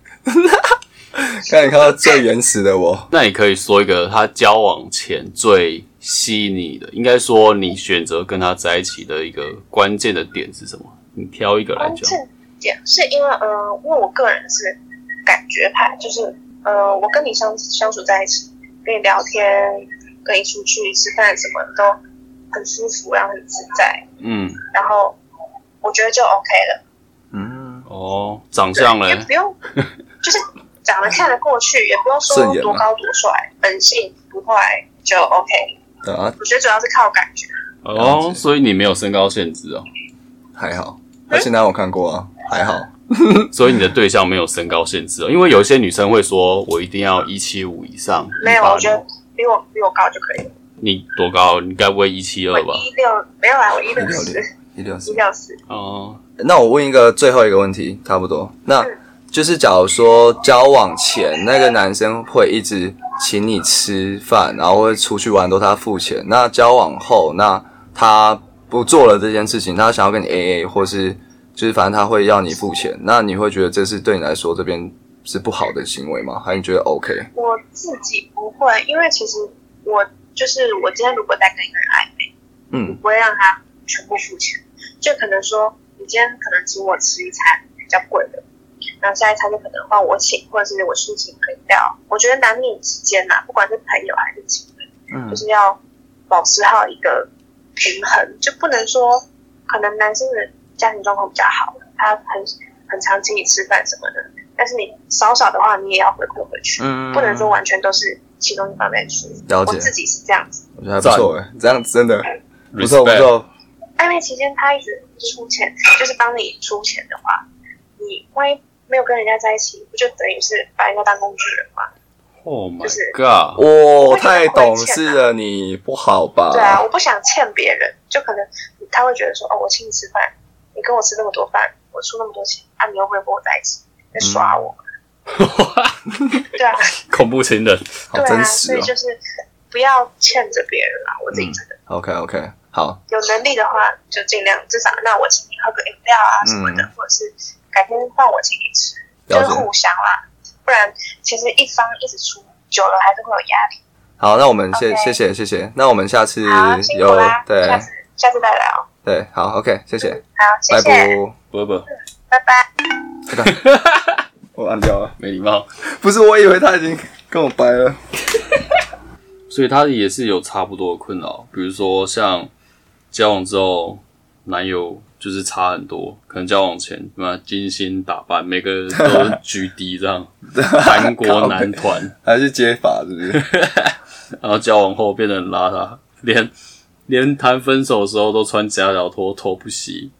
S2: 让你看到最原始的我，
S1: 那你可以说一个他交往前最吸引你的，应该说你选择跟他在一起的一个关键的点是什么？你挑一个来
S3: 关
S1: 讲。
S3: 键点是因为，嗯、呃，因为我个人是感觉派，就是，呃，我跟你相相处在一起，跟你聊天，跟你出去吃饭什么都很舒服，然后很自在，
S1: 嗯，
S3: 然后我觉得就 OK 了，
S2: 嗯，
S1: 哦，长
S3: 对
S1: 相
S3: 也
S1: 嘞，
S3: 不 (laughs) 用，就是长得看得过去，也不用说
S2: 顺眼
S3: 多
S2: 吗
S3: 高多帅，本性不坏就 OK。
S2: 对啊，
S3: 我觉得主要是靠感觉，
S2: 了
S1: 哦，
S2: 解
S1: 所以你没有身高限制哦，
S2: 还好，他现在我看过啊，还好，
S1: 所以你的对象没有身高限制哦，因为有一些女生会说我一定要一七五以上，
S3: 没有，
S1: 185
S3: 我觉得比我比我高就可以了。
S1: 你多高？你该不会一七
S3: 我
S1: 二吧？
S3: 一六没有啊，我一六
S2: 160
S3: 四，
S2: 一六
S3: 一
S2: 四。
S3: 六四。
S1: 哦，
S2: 那我问一个最后一个问题，差不多。那
S3: 嗯
S2: 就是假如说交往前那个男生会一直请你吃饭，然后会出去玩都他付钱，那交往后那他不做了这件事情，他想要跟你 A A，或是就是反正他会要你付钱，那你会觉得这是对你来说这边是不好的行为吗？还是你觉得 OK？
S3: 我自己不会，因为其实我就是我今天如果在跟一个人暧昧，我
S2: 嗯
S3: 不会让他全部付钱，就可能说你今天可能请我吃一餐比较贵的，然后下一餐就可能换我请，或者是我去请个饮料。我觉得男女之间呐、不管是朋友还是情人，
S2: 嗯
S3: 就是要保持好一个平衡，就不能说可能男生的家庭状况比较好，他很很常请你吃饭什么的，但是你少少的话，你也要回馈回去。
S2: 嗯
S3: 不能说完全都是其中一方在出。
S2: 了解
S3: 我自己是这样子。
S2: 我觉得还不错诶、欸这样真的不错不
S1: Respect
S2: 错，
S3: 暧昧期间他一直出钱，就是帮你出钱的话，你万一没有跟人家在一起，不就等于是把人家当工具人吗？
S1: ，Oh my
S3: 就是
S1: god， (laughs)
S2: 哇、太懂事了你，不好吧？
S3: 对啊，我不想欠别人，就可能他会觉得说，哦，我请你吃饭，你跟我吃那么多饭，我出那么多钱，啊，你又不会跟我在一起，在耍
S2: 嗯
S3: 我。对啊，
S1: 恐怖情人，
S2: 好
S3: 对啊，
S2: 真
S3: 所
S2: 实
S3: 以
S2: 哦。嗯
S3: 就是不要欠着别人啊，我自己觉得。
S2: OK OK，好，
S3: 有能力的话，就尽量至少那我请你喝个饮料啊什么的，
S2: 嗯
S3: 或者是改天换我请你吃，就
S2: 了
S3: 是
S2: 解。
S3: 互相啦。不然其实一方一直出，久了还是会有压力。
S2: 好，那我们谢
S3: OK
S2: 谢谢谢谢，那我们下次
S3: 好，辛苦
S2: 有
S3: 啦，
S2: 对
S3: 下次下次再聊。
S2: 对，好 OK，谢谢，
S3: 好，谢
S2: 拜
S3: 谢，
S2: 拜。
S1: 不不，
S3: 拜拜。
S2: 我按掉了，
S1: 没礼貌，
S2: 不是，我以为他已经跟我掰了。
S1: 所以他也是有差不多的困扰，比如说像交往之后，男友就是差很多，可能交往前那精心打扮，每个人都是 G D 这
S2: (laughs)
S1: 样，韩国男团，
S2: 还是接法是不是？
S1: 然后交往后变得很邋遢，连连谈分手的时候都穿夹脚拖，头不洗，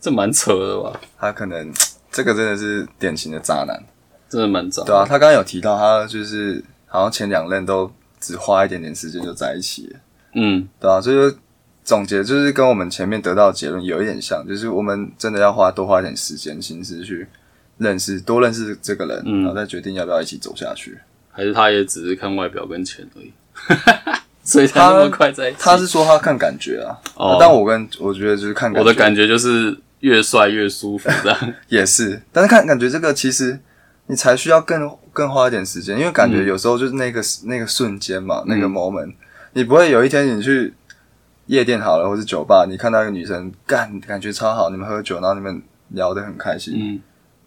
S1: 这蛮扯的吧？
S2: 他可能这个真的是典型的渣男，
S1: 真的蛮糟。
S2: 对啊，，他刚刚有提到他就是好像前两任都只花一点点时间就在一起了，
S1: 嗯，
S2: 对啊，所以就总结就是跟我们前面得到的结论有一点像，就是我们真的要花多花一点时间心思去认识，多认识这个人，
S1: 嗯
S2: 然后再决定要不要一起走下去。
S1: 还是他也只是看外表跟钱而已， (laughs) 所以才那么快在一起。
S2: 他是说他看感觉啊，
S1: 哦
S2: 但我跟我觉得就是看
S1: 我的感
S2: 觉
S1: 觉就是越帅越舒服这
S2: (laughs)
S1: 样。
S2: 也是，但是看感觉这个其实你才需要更更花一点时间，因为感觉有时候就是那个、那个瞬间嘛，那个
S1: 嗯
S2: moment，、你不会有一天你去。夜店好了，或是酒吧，你看到一个女生，干感觉超好，你们喝酒，然后你们聊得很开心，
S1: 嗯，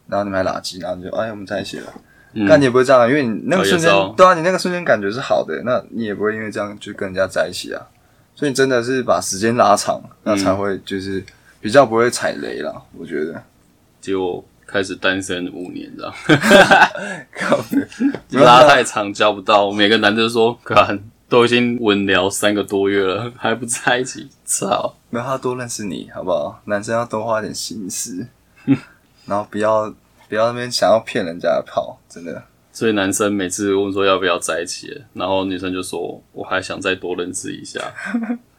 S2: 然后你们还垃圾，然后你就哎，我们在一起了。
S1: 嗯
S2: 但你也不会这样啊，因为你那个
S1: 哦
S2: 瞬
S1: 也是
S2: 间
S1: 哦，
S2: 对啊，你那个瞬间感觉是好的，那你也不会因为这样就跟人家在一起啊。所以你真的是把时间拉长，那
S1: 嗯
S2: 才会就是比较不会踩雷啦。我觉
S1: (laughs)
S2: 得，
S1: 结果开始单身五年这样，
S2: 靠北没有
S1: 拉
S2: 那
S1: 太长交不到，每个男的说，看都已经稳聊三个多月了， (laughs) 还不在一起，操！
S2: 没有他多认识你，好不好？男生要多花点心思，
S1: 嗯
S2: 然后不要不要那边想要骗人家的炮，真的。
S1: 所以男生每次问说要不要在一起，然后女生就说我还想再多认识一
S2: (laughs)
S1: 下，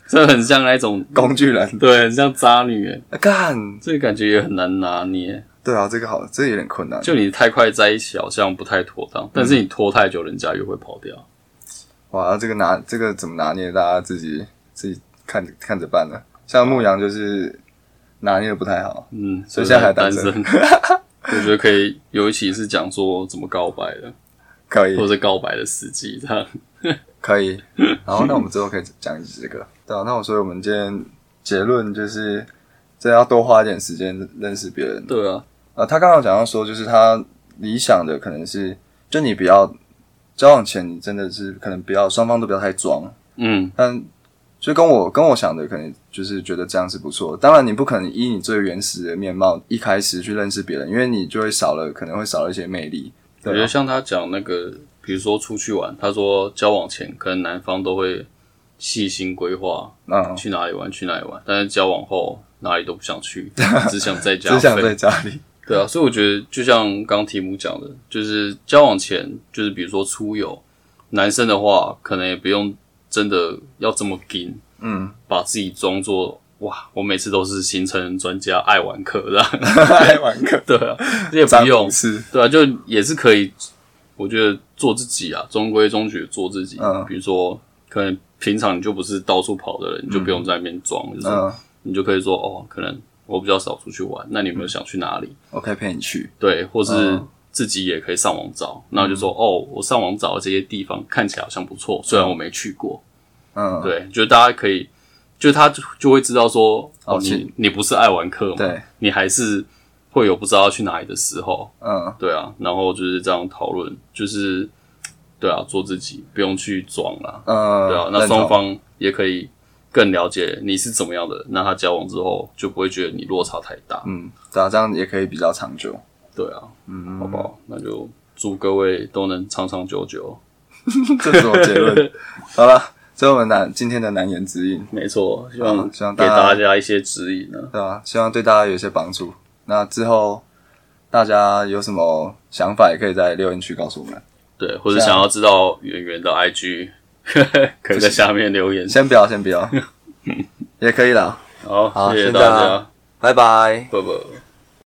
S1: 这很像那种
S2: 工具人，
S1: 对，很像渣女，
S2: 啊干
S1: 这个感觉也很难拿捏。
S2: 对啊，这个好，这个有点困难。
S1: 就你太快在一起好像不太妥当，
S2: 嗯
S1: 但是你拖太久，人家又会跑掉。
S2: 哇，这个拿这个怎么拿捏，大家自己自己看着看着办呢。像牧羊就是拿捏的不太好，
S1: 嗯，
S2: 所以现在还
S1: 单
S2: 单身 (laughs)
S1: 我觉得可以有一期是讲说怎么告白的，
S2: 可
S1: 或
S2: 以
S1: 者告白的时机这
S2: (laughs)
S1: 样。(laughs)
S2: 可以。然后那我们之后可以讲一集这个。对啊，那我所以我们今天结论就是，真的要多花一点时间认识别人。
S1: 对啊，
S2: 啊，他刚刚有讲到说，就是他理想的可能是，就你不要交往前，你真的是可能不要双方都不要太装，
S1: 嗯，
S2: 但就跟我跟我想的，可能就是觉得这样是不错。当然，你不可能以你最原始的面貌一开始去认识别人，因为你就会少了，可能会少了一些魅力。
S1: 我觉
S2: 对
S1: 得
S2: 啊，
S1: 像他讲那个，比如说出去玩，他说交往前可能男方都会细心规划
S2: 嗯，
S1: 去哪里玩，去哪里玩，但是交往后哪里都不想
S2: (laughs)
S1: 去，只想在家
S2: 只想在
S1: 飞
S2: 家
S1: (laughs)
S2: 里。
S1: 对啊，所以我觉得就像刚题目讲的，就是交往前，就是比如说出游，男生的话可能也不用真的要这么紧，
S2: 嗯，
S1: 把自己装作哇，我每次都是行程专家，爱玩客这样。 (laughs)
S2: 来玩个
S1: 对啊，也不
S2: 詹
S1: 用
S2: (laughs) 姆，斯，
S1: 对啊，就也是可以，我觉得做自己啊，中规中矩做自己。
S2: 嗯
S1: 比如说，可能平常你就不是到处跑的人，你就不用在那边装，就是
S2: 嗯
S1: 你就可以说哦，可能我比较少出去玩，那你有没有想去哪里？
S2: 我可以陪你去。
S1: 对，或是
S2: 嗯
S1: 自己也可以上网找，然后就说哦，我上网找的这些地方看起来好像不错，虽然我没去过。
S2: 嗯，
S1: 对，就大家可以，就他就就会知道说，
S2: 哦
S1: 哦，你
S2: 是
S1: 你不是爱玩客嘛，
S2: 对，
S1: 你还是会有不知道要去哪里的时候，
S2: 嗯，
S1: 对啊，然后就是这样讨论，就是对啊，做自己，不用去装啦，
S2: 嗯，
S1: 对啊，那
S2: 认同
S1: 双方也可以更了解你是怎么样的人，那他交往之后就不会觉得你落差太大，
S2: 嗯，对啊，这样也可以比较长久。
S1: 对啊，
S2: 嗯，
S1: 好不好？那就祝各位都能长长久久，
S2: (laughs) 这是我结论。好了，这是我们男今天的难言之隐，
S1: 没错，希望
S2: 嗯希望
S1: 给
S2: 大家
S1: 大家一些指引呢、
S2: 对吧、希望对大家有一些帮助。那之后大家有什么想法，也可以在留言区告诉我们。
S1: 对，或者
S2: 这样
S1: 想要知道圆圆的 IG，可以在下面留言。
S2: 先不要，先不要，也可以啦。
S1: 好，
S2: 好
S1: 谢谢
S2: 先
S1: 大
S2: 这样啊
S1: 家，
S2: 拜拜。
S1: 拜拜。